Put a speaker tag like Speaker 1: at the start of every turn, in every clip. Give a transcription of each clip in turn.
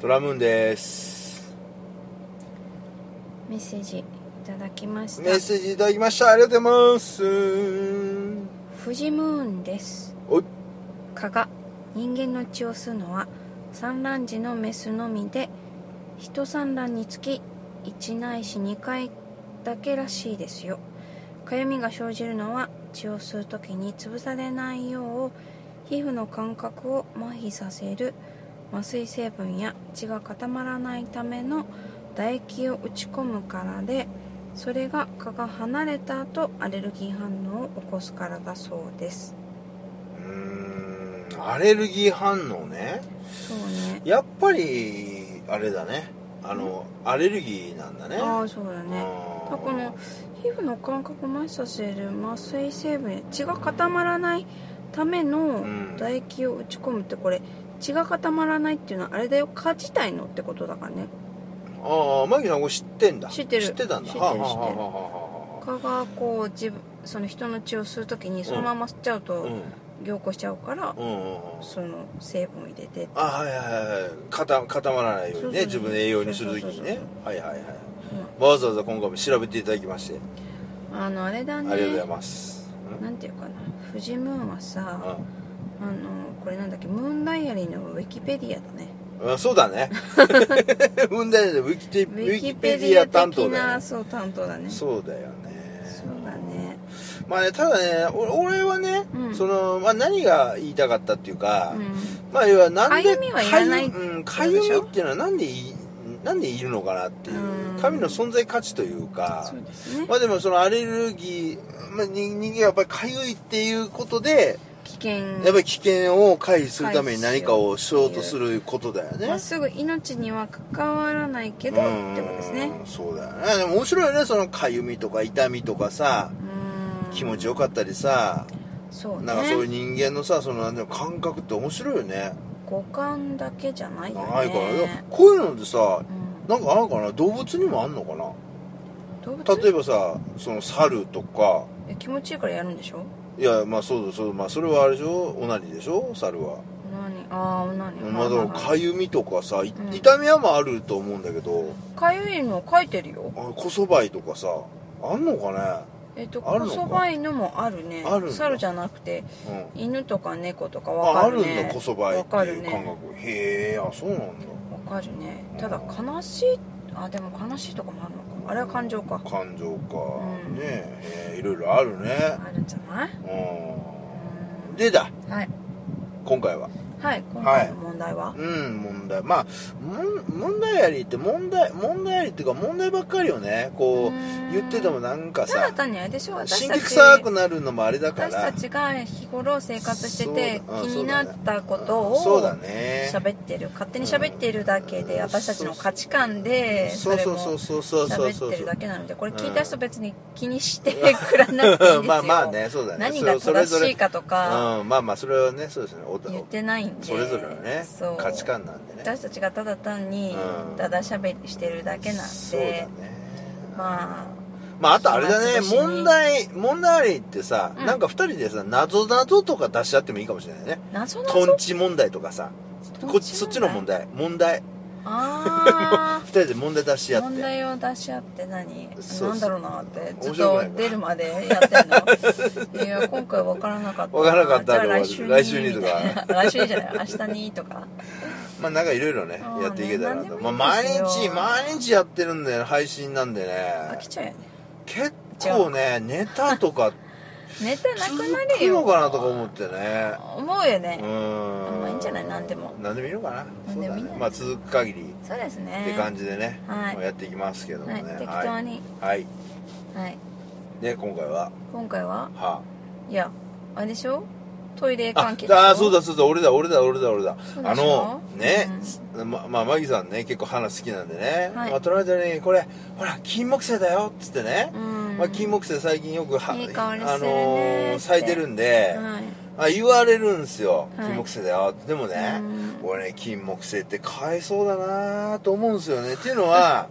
Speaker 1: ドラムーンです
Speaker 2: メッセージいただきまし
Speaker 1: メッ
Speaker 2: た
Speaker 1: セージいただきましたありがとうございます
Speaker 2: フジムーンです
Speaker 1: おい
Speaker 2: 蚊が人間の血を吸うのは産卵時のメスのみで一産卵につき1ないし2回だけらしいですよかゆみが生じるのは血を吸う時に潰されないよう皮膚の感覚を麻痺させる麻酔成分や血が固まらないための唾液を打ち込むからでそれが蚊が離れた後アレルギー反応を起こすからだそうです
Speaker 1: うーんアレルギー反応ね
Speaker 2: そうね
Speaker 1: やっぱりあれだねあのアレルギーなんだね
Speaker 2: ああそうだね
Speaker 1: あー
Speaker 2: だからこの皮膚の感覚を麻痺させる麻酔成分や血が固まらないための
Speaker 1: うん
Speaker 2: 唾液を打ち込むってこれ血が固まらないっていうのはあれだよ蚊自体のってことだからね
Speaker 1: ああマギさんこれ知ってんだ
Speaker 2: 知ってる
Speaker 1: 知ってたんだ
Speaker 2: 知ってる
Speaker 1: はあはあ
Speaker 2: 知ってる
Speaker 1: はあ
Speaker 2: 蚊
Speaker 1: は
Speaker 2: がこう自分その人の血を吸う時にそのまま吸っちゃう
Speaker 1: あはあ
Speaker 2: と凝固しちゃうから
Speaker 1: うんうんうんうん
Speaker 2: その成分を入れて
Speaker 1: あはいはいはい固固まらないよう
Speaker 2: そ
Speaker 1: にね
Speaker 2: うそうそう
Speaker 1: 自分の栄養にするときにね
Speaker 2: そうそう
Speaker 1: はいはいはいわざわざ今回も調べていただきまして
Speaker 2: あのあれだ
Speaker 1: あり
Speaker 2: ね
Speaker 1: がとうございますうん
Speaker 2: なんていうかなフジムーンはさ
Speaker 1: あ
Speaker 2: あのこれなんだっけムーンダイアリーのウィキペディアだね
Speaker 1: あそう だねうんだよねウィキテウ
Speaker 2: ウィ
Speaker 1: ィ
Speaker 2: キペ
Speaker 1: キペ
Speaker 2: デ
Speaker 1: デ
Speaker 2: ィ
Speaker 1: ィ
Speaker 2: ア
Speaker 1: ア担
Speaker 2: 的
Speaker 1: 当だ
Speaker 2: な
Speaker 1: よね
Speaker 2: そう担当だねそう
Speaker 1: そうだよね
Speaker 2: だね
Speaker 1: まあねただねお俺はね
Speaker 2: うん
Speaker 1: そのまあ何が言いたかったっていうか
Speaker 2: う
Speaker 1: まあ要はなんで
Speaker 2: かゆみはいらない
Speaker 1: かゆうんかゆみっていうのはなんでいなんでいるのかなっていう
Speaker 2: うん
Speaker 1: 神の存在価値というんか
Speaker 2: そうですね
Speaker 1: まあでもそのアレルギー、まあ、人人間はやっぱりかゆいっていうことで、
Speaker 2: 危険
Speaker 1: やっぱり危険を回避するために
Speaker 2: 回避
Speaker 1: 何かをしようとすることだよ
Speaker 2: ま
Speaker 1: ね
Speaker 2: っ。すぐ命には関わらないけどってことですね
Speaker 1: うんそうだよね。でも面白いよね、そのかゆみとか痛みとかさ、
Speaker 2: うん
Speaker 1: 気持ちよかったりさ、
Speaker 2: そうね
Speaker 1: なんかそういう人間のさ、そのなんていうの感覚って面白いよね。
Speaker 2: 五感だけじゃないよね
Speaker 1: ないから、でもこういうのってさ、
Speaker 2: うん
Speaker 1: なんかあるのかな動物にもあんのかな
Speaker 2: 動物
Speaker 1: 例えばさ、その猿とか、
Speaker 2: え気持ちいいからやるんでしょ
Speaker 1: いや、まあそうだ、そうだ、まあそれはあれでしょオナニーでしょ猿は。
Speaker 2: 何ああ何
Speaker 1: まあだからかゆみとかさ、い
Speaker 2: うん
Speaker 1: 痛みはまああると思うんだけど
Speaker 2: かゆいの書いてるよ
Speaker 1: あこそばいとかさあんのか
Speaker 2: えっと
Speaker 1: ある
Speaker 2: こ
Speaker 1: のか
Speaker 2: そばいのもあるね
Speaker 1: あるんだ
Speaker 2: 猿じゃなくて
Speaker 1: ね、うん、
Speaker 2: 犬とか猫とか
Speaker 1: あ
Speaker 2: わ
Speaker 1: あ
Speaker 2: か
Speaker 1: る
Speaker 2: る
Speaker 1: ん
Speaker 2: ね
Speaker 1: だこそばいって
Speaker 2: わかる
Speaker 1: いう
Speaker 2: ね
Speaker 1: 感覚、へえあそうなんだ
Speaker 2: わかるねただ悲しいあでも悲しいとかもあるのかあれは感情か
Speaker 1: 感情か、
Speaker 2: うん
Speaker 1: ねえへえいろいろあるね
Speaker 2: あるんじゃない
Speaker 1: うんでだ
Speaker 2: はい
Speaker 1: 今回は
Speaker 2: はい今回の問題は、
Speaker 1: うん問題まあもん問題ありって問題問題ありっていうか問題ばっかりよねこ
Speaker 2: うん
Speaker 1: う言っててもなんか
Speaker 2: ただ
Speaker 1: さ
Speaker 2: 単にあれでしょ私た
Speaker 1: 神経
Speaker 2: ち
Speaker 1: 臭くなるのもあれだか
Speaker 2: 私た
Speaker 1: ら
Speaker 2: ちが日頃生活してて気
Speaker 1: そうだうん
Speaker 2: になったこと
Speaker 1: そう
Speaker 2: を
Speaker 1: だね
Speaker 2: 喋ってる勝手に喋ってるだけ
Speaker 1: う
Speaker 2: で
Speaker 1: ん
Speaker 2: 私たちの価値観でそ
Speaker 1: そう
Speaker 2: れ
Speaker 1: そう
Speaker 2: も
Speaker 1: そうそうそうそう
Speaker 2: 喋
Speaker 1: そ
Speaker 2: っ
Speaker 1: う
Speaker 2: てるだけなのでこれ聞いた人
Speaker 1: う
Speaker 2: 別に気にしてくらなくていいんですよ
Speaker 1: まあまあねそうだね
Speaker 2: 何が
Speaker 1: それ
Speaker 2: 正
Speaker 1: そ
Speaker 2: し
Speaker 1: れ
Speaker 2: いかとか
Speaker 1: うんまあまあそれはねそうですねお
Speaker 2: 言ってないんで
Speaker 1: それぞれのね
Speaker 2: そう
Speaker 1: 価値観なんでね
Speaker 2: 私たちがただ単に
Speaker 1: うん
Speaker 2: ただしゃべりしてるだけなん
Speaker 1: そうだ
Speaker 2: で
Speaker 1: ね、
Speaker 2: ま
Speaker 1: まああとあれだ
Speaker 2: 暇
Speaker 1: ね
Speaker 2: つぶしに
Speaker 1: 問題問題ありってさ、
Speaker 2: うん
Speaker 1: なんか2人でさ謎謎とか出し合ってもいいかもしれないね
Speaker 2: あ謎々
Speaker 1: とんち問題とかさ
Speaker 2: とんち問題
Speaker 1: こっちそっちの問題問題
Speaker 2: あ
Speaker 1: 2人で問題出し
Speaker 2: あ
Speaker 1: 合って
Speaker 2: 問題を出し合って何
Speaker 1: そう
Speaker 2: なんだろうなってず
Speaker 1: 面
Speaker 2: っ
Speaker 1: 白くない
Speaker 2: と
Speaker 1: か
Speaker 2: 出るまでやってんの いや今回分からなかった
Speaker 1: 分からなかった
Speaker 2: じゃあ
Speaker 1: とか
Speaker 2: 来週に
Speaker 1: 来週にとか
Speaker 2: みたいな 来週にじゃない明日にとか
Speaker 1: まあなんかいろいろね
Speaker 2: そうね
Speaker 1: やっていけたらなと、
Speaker 2: 何でもいいん
Speaker 1: まあ、毎
Speaker 2: ですよ
Speaker 1: 日毎日やってるんだよね配信なんでね
Speaker 2: 飽きちゃうよね
Speaker 1: 結構ねネタとか
Speaker 2: ネタなく
Speaker 1: 続
Speaker 2: なる
Speaker 1: く
Speaker 2: よ
Speaker 1: のかなとか思ってね
Speaker 2: 思うよね
Speaker 1: うーん
Speaker 2: まあいいんじゃない何でも
Speaker 1: 何でもいいのかな
Speaker 2: 何でもいいん
Speaker 1: そ
Speaker 2: じゃない
Speaker 1: うだねまあ続く限りっ
Speaker 2: そうですね
Speaker 1: て感じでね、
Speaker 2: はい
Speaker 1: まあやっていきますけどもね
Speaker 2: はい、適当に
Speaker 1: はい、はい
Speaker 2: はい
Speaker 1: で今回は
Speaker 2: 今回は
Speaker 1: はい
Speaker 2: やあれでしょトイレ
Speaker 1: あ
Speaker 2: 関係
Speaker 1: ああそう
Speaker 2: だ
Speaker 1: だそうだ俺だ俺だ俺だ俺だ
Speaker 2: そうでしょ
Speaker 1: あのね、ままあマギさんね結構花好きなんでね、
Speaker 2: はい
Speaker 1: まあ、とらえてねこれほら金木犀だよっつってね、
Speaker 2: うん
Speaker 1: まあ、金木犀最近よくはい
Speaker 2: い香りするね
Speaker 1: あの
Speaker 2: って
Speaker 1: ー咲いてるんで、
Speaker 2: はい
Speaker 1: あ言われるんすよ、
Speaker 2: はい
Speaker 1: 金木犀だよでもね
Speaker 2: うん
Speaker 1: 俺ね金木犀って買えそうだなと思うんすよねっていうのは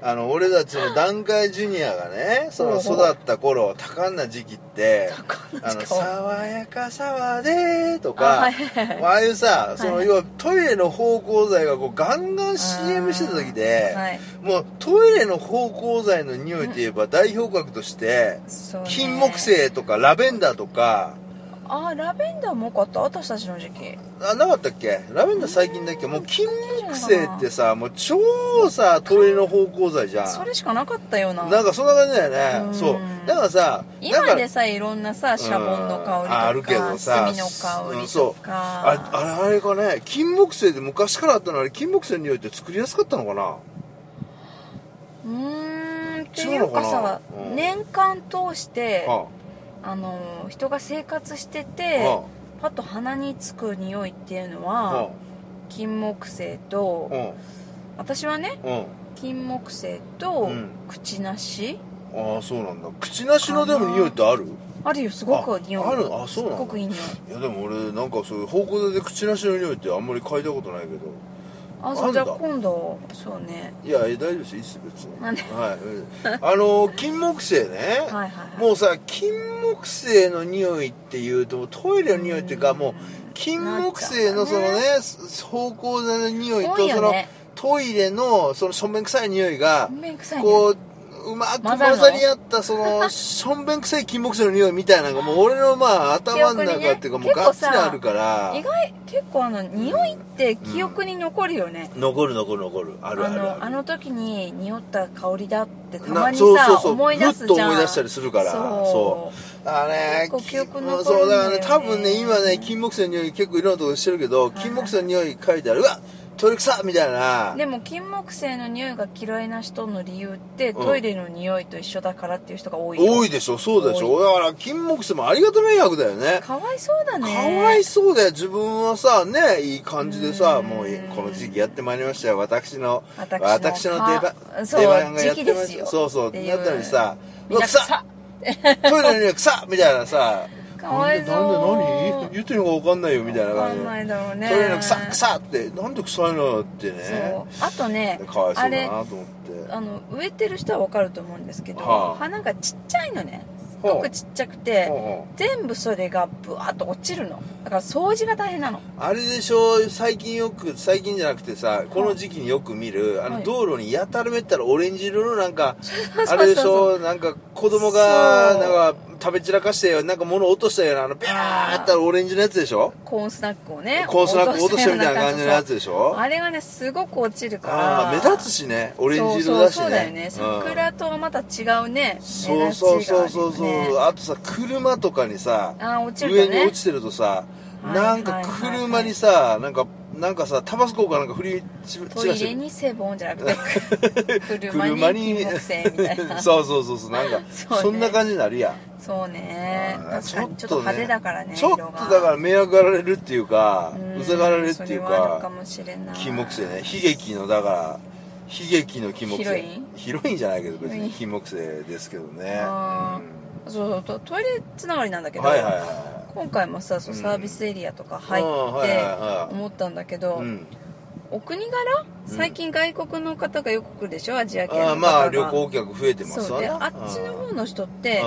Speaker 1: ああの俺たちの段階ジュニアがねその
Speaker 2: ほう
Speaker 1: 育
Speaker 2: ほう
Speaker 1: った頃多感な時期って
Speaker 2: 高
Speaker 1: あ
Speaker 2: 梨
Speaker 1: の
Speaker 2: か
Speaker 1: 爽やかさわでーと
Speaker 2: あは
Speaker 1: か
Speaker 2: いはいはい
Speaker 1: ああいうさ
Speaker 2: い
Speaker 1: その要はトイレの芳香剤がこうガンガン CM してた時で
Speaker 2: はい
Speaker 1: もうトイレの芳香剤の匂いといえば代表格として
Speaker 2: そうね
Speaker 1: 金木犀とかラベンダーとか
Speaker 2: あーラベンダーも多かった私たちの時期
Speaker 1: あなかったっけラベンダー最近だっけもう金木犀ってさもう超さトイレの芳香剤じゃん
Speaker 2: それしかなかったような
Speaker 1: なんかそんな感じだよ
Speaker 2: う
Speaker 1: ね
Speaker 2: ん
Speaker 1: そうだからさなん
Speaker 2: 今
Speaker 1: か
Speaker 2: でさえいろんなさシャボンの香りと
Speaker 1: うん
Speaker 2: か
Speaker 1: あるけどさ
Speaker 2: 炭の香
Speaker 1: う
Speaker 2: り
Speaker 1: んそ
Speaker 2: と
Speaker 1: う
Speaker 2: か、
Speaker 1: あれあれあれかね金木犀で昔からあったのあれ金木犀の匂いって作りやすかったのかな
Speaker 2: うーんって
Speaker 1: 違
Speaker 2: いうう
Speaker 1: のか
Speaker 2: か
Speaker 1: な
Speaker 2: さ
Speaker 1: うん
Speaker 2: 年間通して
Speaker 1: あ
Speaker 2: あの人が生活して
Speaker 1: あ
Speaker 2: てパッと鼻につく匂いっていうの
Speaker 1: ああ
Speaker 2: は金木犀と
Speaker 1: うん
Speaker 2: 私はね
Speaker 1: うん
Speaker 2: 金木犀と
Speaker 1: うん
Speaker 2: 口なし
Speaker 1: ああそうなんだ口なしのでも匂いってある
Speaker 2: あるよすごく匂い
Speaker 1: ああるあそうなんだ
Speaker 2: すごくいい匂い
Speaker 1: いやでも俺なんかそういう芳香剤で口なしの匂いってあんまり嗅いだことないけど
Speaker 2: あ
Speaker 1: あ
Speaker 2: そ
Speaker 1: る
Speaker 2: うんじゃ
Speaker 1: だ
Speaker 2: あ今度そうね
Speaker 1: いやいや大丈夫ですいいっす 別に
Speaker 2: なんで
Speaker 1: はいうんあの金木犀ね
Speaker 2: はいはいはい
Speaker 1: もうさ金木犀の匂いっていうとトイレの匂いっていうかもう金木犀のその
Speaker 2: なっ
Speaker 1: ね
Speaker 2: ち
Speaker 1: 芳香剤の匂い
Speaker 2: 多い
Speaker 1: とそ
Speaker 2: よ
Speaker 1: の
Speaker 2: ね
Speaker 1: トイレのそのしょんべん臭い匂いが
Speaker 2: めんくさいね
Speaker 1: こううまく混
Speaker 2: 混ざるの
Speaker 1: ざり合ったそのしょんべん臭い金木犀の匂いみたいなのがもう俺のまあ頭の中っていうか
Speaker 2: 記憶に
Speaker 1: もう
Speaker 2: ね
Speaker 1: ガッツ
Speaker 2: 結
Speaker 1: リ
Speaker 2: 構さ
Speaker 1: あるから
Speaker 2: 意外結構あの匂いって記憶に残るよね、
Speaker 1: 残る残る残るある
Speaker 2: あ
Speaker 1: ある
Speaker 2: の
Speaker 1: あ
Speaker 2: あ
Speaker 1: る
Speaker 2: の時に匂った香りだってた
Speaker 1: な
Speaker 2: まに
Speaker 1: そうそう
Speaker 2: さ
Speaker 1: そう
Speaker 2: 思い出すじゃん
Speaker 1: ふっと思い出したりするからそあれ
Speaker 2: 結構記憶残るんだ
Speaker 1: そ
Speaker 2: よ
Speaker 1: う
Speaker 2: ね
Speaker 1: だからね多分ね今ね金木犀の匂い結構いろんなとこしてるけど
Speaker 2: い
Speaker 1: 金木犀の匂い嗅いだらうわトイレ臭っみたいな
Speaker 2: でも金木犀の匂いが嫌いな人の理由って、
Speaker 1: うん
Speaker 2: トイレの匂いと一緒だからっていう人が多いよ
Speaker 1: 多いでしょそうでしょだから金木犀もありがた迷惑だよね
Speaker 2: かわいそうだ
Speaker 1: か
Speaker 2: ね
Speaker 1: わいそうだよ自分はさねいい感じでさ
Speaker 2: うん
Speaker 1: もういこの時期やってまいりましたよ私の
Speaker 2: 私の
Speaker 1: 私の出番
Speaker 2: あそう
Speaker 1: 出番がやっ
Speaker 2: 時期
Speaker 1: てま
Speaker 2: で
Speaker 1: し
Speaker 2: す
Speaker 1: た
Speaker 2: よ
Speaker 1: そうそう
Speaker 2: っていう
Speaker 1: なったのにさ「う
Speaker 2: みん
Speaker 1: わ
Speaker 2: な
Speaker 1: 臭っ
Speaker 2: さ
Speaker 1: トイレの匂い臭っ!」みたいなさ「
Speaker 2: かわいそう
Speaker 1: なんでなんで何言ってるのか分かんないよ」みたいな
Speaker 2: わか
Speaker 1: 感じ
Speaker 2: んないだろうね
Speaker 1: トイレの臭っ臭っってなんで臭いのってね
Speaker 2: そうあとね
Speaker 1: かわいそ
Speaker 2: あ
Speaker 1: うだ
Speaker 2: れ
Speaker 1: なと思って
Speaker 2: あの植えてる人はわかると思うんですけど、
Speaker 1: はあ
Speaker 2: 花がちっちゃいのねすごくちっちゃくて、
Speaker 1: ほうほう
Speaker 2: 全部それがブワーッと落ちるのだから掃除が大変なの
Speaker 1: あれでしょ最近よく最近じゃなくてさこの時期によく見るあ
Speaker 2: は
Speaker 1: の
Speaker 2: い
Speaker 1: 道路にやたらめったらオレンジ色のなんか
Speaker 2: う
Speaker 1: あれでしょなんか子供が
Speaker 2: そう
Speaker 1: なんか食べ散らかしてなんか物落としたようなあのビャーやったらオレンジのやつでしょ
Speaker 2: コーンスナックをね
Speaker 1: コーンスナック落としたみたいな感じのや
Speaker 2: 落とし
Speaker 1: つでした
Speaker 2: ような感
Speaker 1: ょ
Speaker 2: じのあれがねすごく落ちるから
Speaker 1: ああー目立つしねオレンジ色だしね
Speaker 2: そうそうそうだよね
Speaker 1: うん
Speaker 2: 桜とはまた違うね、
Speaker 1: そうそうそうそう
Speaker 2: 目立ち
Speaker 1: そう、
Speaker 2: があるよね
Speaker 1: あとさ車とかにさ、
Speaker 2: あー落ちる
Speaker 1: 上
Speaker 2: と
Speaker 1: に
Speaker 2: ね
Speaker 1: 落ちてるとさ、
Speaker 2: はい
Speaker 1: なんか車にさ、なんかなんかさタバスコかなんか振り散
Speaker 2: ト
Speaker 1: 散ら
Speaker 2: イ
Speaker 1: して
Speaker 2: レ
Speaker 1: る
Speaker 2: にセボンじゃなく て車に金木犀みたいな
Speaker 1: そうそうそうそうなんかそ,、
Speaker 2: そうね
Speaker 1: んな感じになるやん、
Speaker 2: そうね
Speaker 1: あー
Speaker 2: 確かにちょっ
Speaker 1: ちょ
Speaker 2: と
Speaker 1: っとね
Speaker 2: 派手だからね
Speaker 1: ちょっと
Speaker 2: 色
Speaker 1: だ
Speaker 2: が
Speaker 1: から迷惑がられるっていうか
Speaker 2: ん
Speaker 1: うざがられるっていう
Speaker 2: それはある
Speaker 1: か
Speaker 2: かもしれない
Speaker 1: 金木犀ね悲劇のだから悲劇の金木犀
Speaker 2: ヒロイン
Speaker 1: ヒロインじゃないけど
Speaker 2: ヒ
Speaker 1: 別
Speaker 2: ロイ
Speaker 1: に
Speaker 2: ン
Speaker 1: 金木犀ですけどね、
Speaker 2: あそうそうトトイレつながりなんだけ
Speaker 1: うん
Speaker 2: ど、
Speaker 1: はいはいは
Speaker 2: 今回もさそう
Speaker 1: うん
Speaker 2: サービスエリアとか入
Speaker 1: あー
Speaker 2: っ
Speaker 1: はいはいは
Speaker 2: て
Speaker 1: い
Speaker 2: 思ったんだけど、
Speaker 1: い、うん
Speaker 2: お国柄最近外国の方がよく来るでしょアジア圏の方
Speaker 1: あ
Speaker 2: が
Speaker 1: あまあ旅行客増えてます
Speaker 2: そう
Speaker 1: わ
Speaker 2: で
Speaker 1: ね
Speaker 2: あっちの方の人って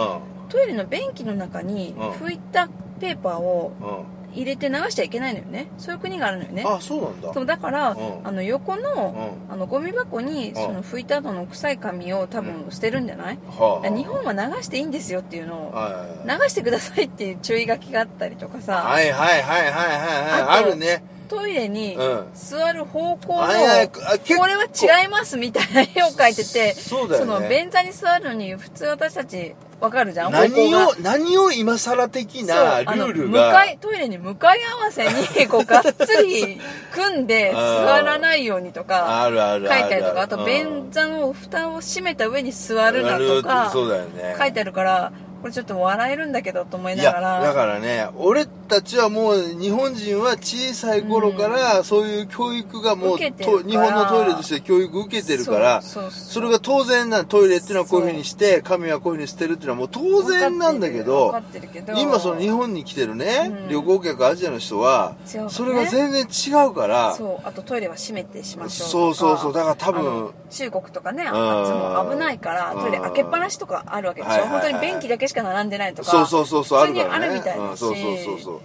Speaker 2: トイレの便器の中に
Speaker 1: うん
Speaker 2: 拭いたペーパーを
Speaker 1: うんうん
Speaker 2: 入れて流しちゃいけないのよねそういう国があるのよね
Speaker 1: あそうなんだ
Speaker 2: そうだから、
Speaker 1: うん
Speaker 2: あの横
Speaker 1: うん
Speaker 2: の,、
Speaker 1: は
Speaker 2: あのゴミ箱にその拭いた後の臭い紙を多分捨てるんじゃない、
Speaker 1: あはあ
Speaker 2: 日本は流していいんですよっていうのを
Speaker 1: はいはい
Speaker 2: 流してくださいっていう注意書きがあったりとかさ、
Speaker 1: はいはいはいはいはいはい
Speaker 2: あ
Speaker 1: あ
Speaker 2: と
Speaker 1: るね
Speaker 2: トイレに
Speaker 1: うん
Speaker 2: 座る方向の、
Speaker 1: はいはいあ結構
Speaker 2: これは違いますみたいな絵を描いてて
Speaker 1: そうだよね
Speaker 2: の便座に座るのに普通私たちわかるじゃん
Speaker 1: 何
Speaker 2: 方向
Speaker 1: を
Speaker 2: が
Speaker 1: 何を今更的な
Speaker 2: そう
Speaker 1: ル
Speaker 2: あの
Speaker 1: ール
Speaker 2: 向
Speaker 1: が
Speaker 2: かいトイレに向かい合わせにこうがっつり組ん で座らないようにとか
Speaker 1: あるあ
Speaker 2: 書
Speaker 1: る
Speaker 2: い
Speaker 1: あ
Speaker 2: た
Speaker 1: る
Speaker 2: りとかあと便
Speaker 1: 便
Speaker 2: 座の蓋を閉めた上に座るなとか
Speaker 1: そうだよね
Speaker 2: 書いてあるからこれちょっと笑えるんだけどと思い
Speaker 1: い
Speaker 2: な
Speaker 1: や
Speaker 2: がら
Speaker 1: だからね俺たちはもう日本人は小さい頃からそういう教育がもう
Speaker 2: 受けてる
Speaker 1: と
Speaker 2: から
Speaker 1: 日本のトイレとして教育受けてるから
Speaker 2: そうそうそう
Speaker 1: それが当然なトイレっていうのはこういうふうにして神はこういうふうに捨てるっていうのはもう当然なんだけ
Speaker 2: わか
Speaker 1: ど
Speaker 2: ってるけど
Speaker 1: 今その日本に来てるね、
Speaker 2: うん
Speaker 1: 旅行客アジアの人は
Speaker 2: 違うからね
Speaker 1: それが全然違うから
Speaker 2: そうあとトイレは閉めてしましょう
Speaker 1: そうそうそう
Speaker 2: とか
Speaker 1: だから多分
Speaker 2: あの中国とかねあっちも危ないから
Speaker 1: うん
Speaker 2: トイレ開けっぱなしとかあるわけでしょ、
Speaker 1: はいはいはい
Speaker 2: 本当に便器だけしか並んでないとか
Speaker 1: そうそうそうそうあ
Speaker 2: 普
Speaker 1: る
Speaker 2: 通に
Speaker 1: から
Speaker 2: あ
Speaker 1: ね
Speaker 2: るみたいだし、
Speaker 1: うんそうそうそうそう
Speaker 2: そう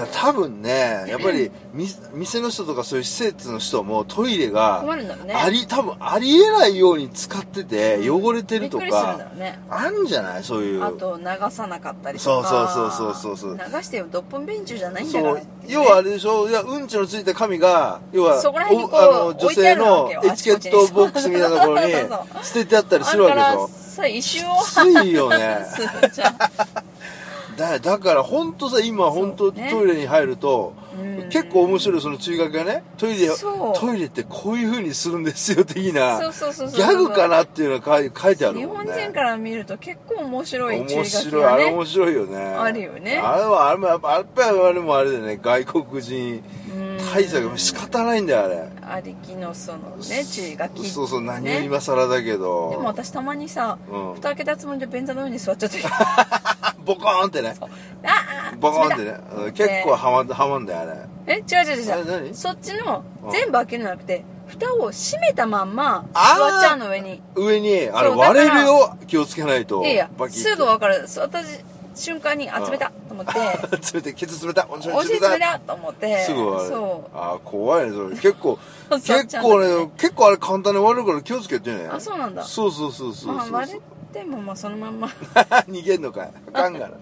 Speaker 1: だから多分ねやっぱりみ店の人とかそういう施設の人もトイレが
Speaker 2: 困るんだろうね
Speaker 1: あり多分ありえないように使ってて汚れてると
Speaker 2: びっくりするんだろ
Speaker 1: か
Speaker 2: うね
Speaker 1: あんじゃないそういう
Speaker 2: あと流さなかったりとか
Speaker 1: そうそうそうそうそうそう
Speaker 2: 流してよドッポンベンチュじゃないんだか
Speaker 1: そ
Speaker 2: ら
Speaker 1: う要はあれでしょいやうんちのついた紙が要は
Speaker 2: そこら辺にこう
Speaker 1: おあの
Speaker 2: 置
Speaker 1: 女
Speaker 2: いてあ
Speaker 1: 性
Speaker 2: るわ
Speaker 1: の
Speaker 2: けよ
Speaker 1: エチケットボックスみたいなところに
Speaker 2: そうそうそう
Speaker 1: 捨ててあったりするわけで
Speaker 2: あ
Speaker 1: し
Speaker 2: んから
Speaker 1: ょ
Speaker 2: さ一瞬を
Speaker 1: きついよ ね
Speaker 2: じゃあ
Speaker 1: だだから本当さ今本当
Speaker 2: そうね
Speaker 1: トイレに入ると、
Speaker 2: うん
Speaker 1: 結構面白いその中学がねトイレ
Speaker 2: そう
Speaker 1: トイレってこういう風にするんですよ的な
Speaker 2: そうそうそうそう
Speaker 1: ギャグかなっていうのが書い書いてある
Speaker 2: 日
Speaker 1: もん
Speaker 2: 本
Speaker 1: ね
Speaker 2: 人から見ると結構面白い注
Speaker 1: 面
Speaker 2: 意書き
Speaker 1: 白い
Speaker 2: が
Speaker 1: あれ
Speaker 2: ね
Speaker 1: 面白いよねあ
Speaker 2: るよね
Speaker 1: あれはあれもやっぱあれあれもあれでね外国人
Speaker 2: うん
Speaker 1: 対策も仕方ないんだよあれ、
Speaker 2: ありきのそのね注意書き
Speaker 1: そうそう何を
Speaker 2: ね
Speaker 1: 今更だけど、
Speaker 2: でも私たまにさ、
Speaker 1: うん
Speaker 2: 蓋開けたつもりで便座の上に座っちゃ って
Speaker 1: あボコーンってね
Speaker 2: ああ
Speaker 1: ボコーンってねうん結構はまんはまんだよあ
Speaker 2: え
Speaker 1: れ
Speaker 2: 違う違
Speaker 1: あれ
Speaker 2: う違う
Speaker 1: 何
Speaker 2: そっちの
Speaker 1: うん
Speaker 2: 全部開けるんじゃなくて蓋を閉めたまんま座
Speaker 1: あー
Speaker 2: っちゃうの上に
Speaker 1: 上にあれ
Speaker 2: そうだから
Speaker 1: 割れるよ気をつけないと
Speaker 2: いやいや
Speaker 1: バキッて
Speaker 2: すぐ分かる座った瞬間にあ冷たと思っ て
Speaker 1: 冷たいケツ冷たいお尻
Speaker 2: お尻冷たと思って
Speaker 1: すぐ終わる
Speaker 2: そ
Speaker 1: あー怖いねそれ結構
Speaker 2: そうちゃん
Speaker 1: 結
Speaker 2: と
Speaker 1: 構ね結構あれ簡単に割れるから気をつけてね
Speaker 2: あそうなんだ
Speaker 1: そうそうそうそう
Speaker 2: まあ
Speaker 1: そう
Speaker 2: 割れてもまあそのまんま
Speaker 1: 逃げんのかいあかんがな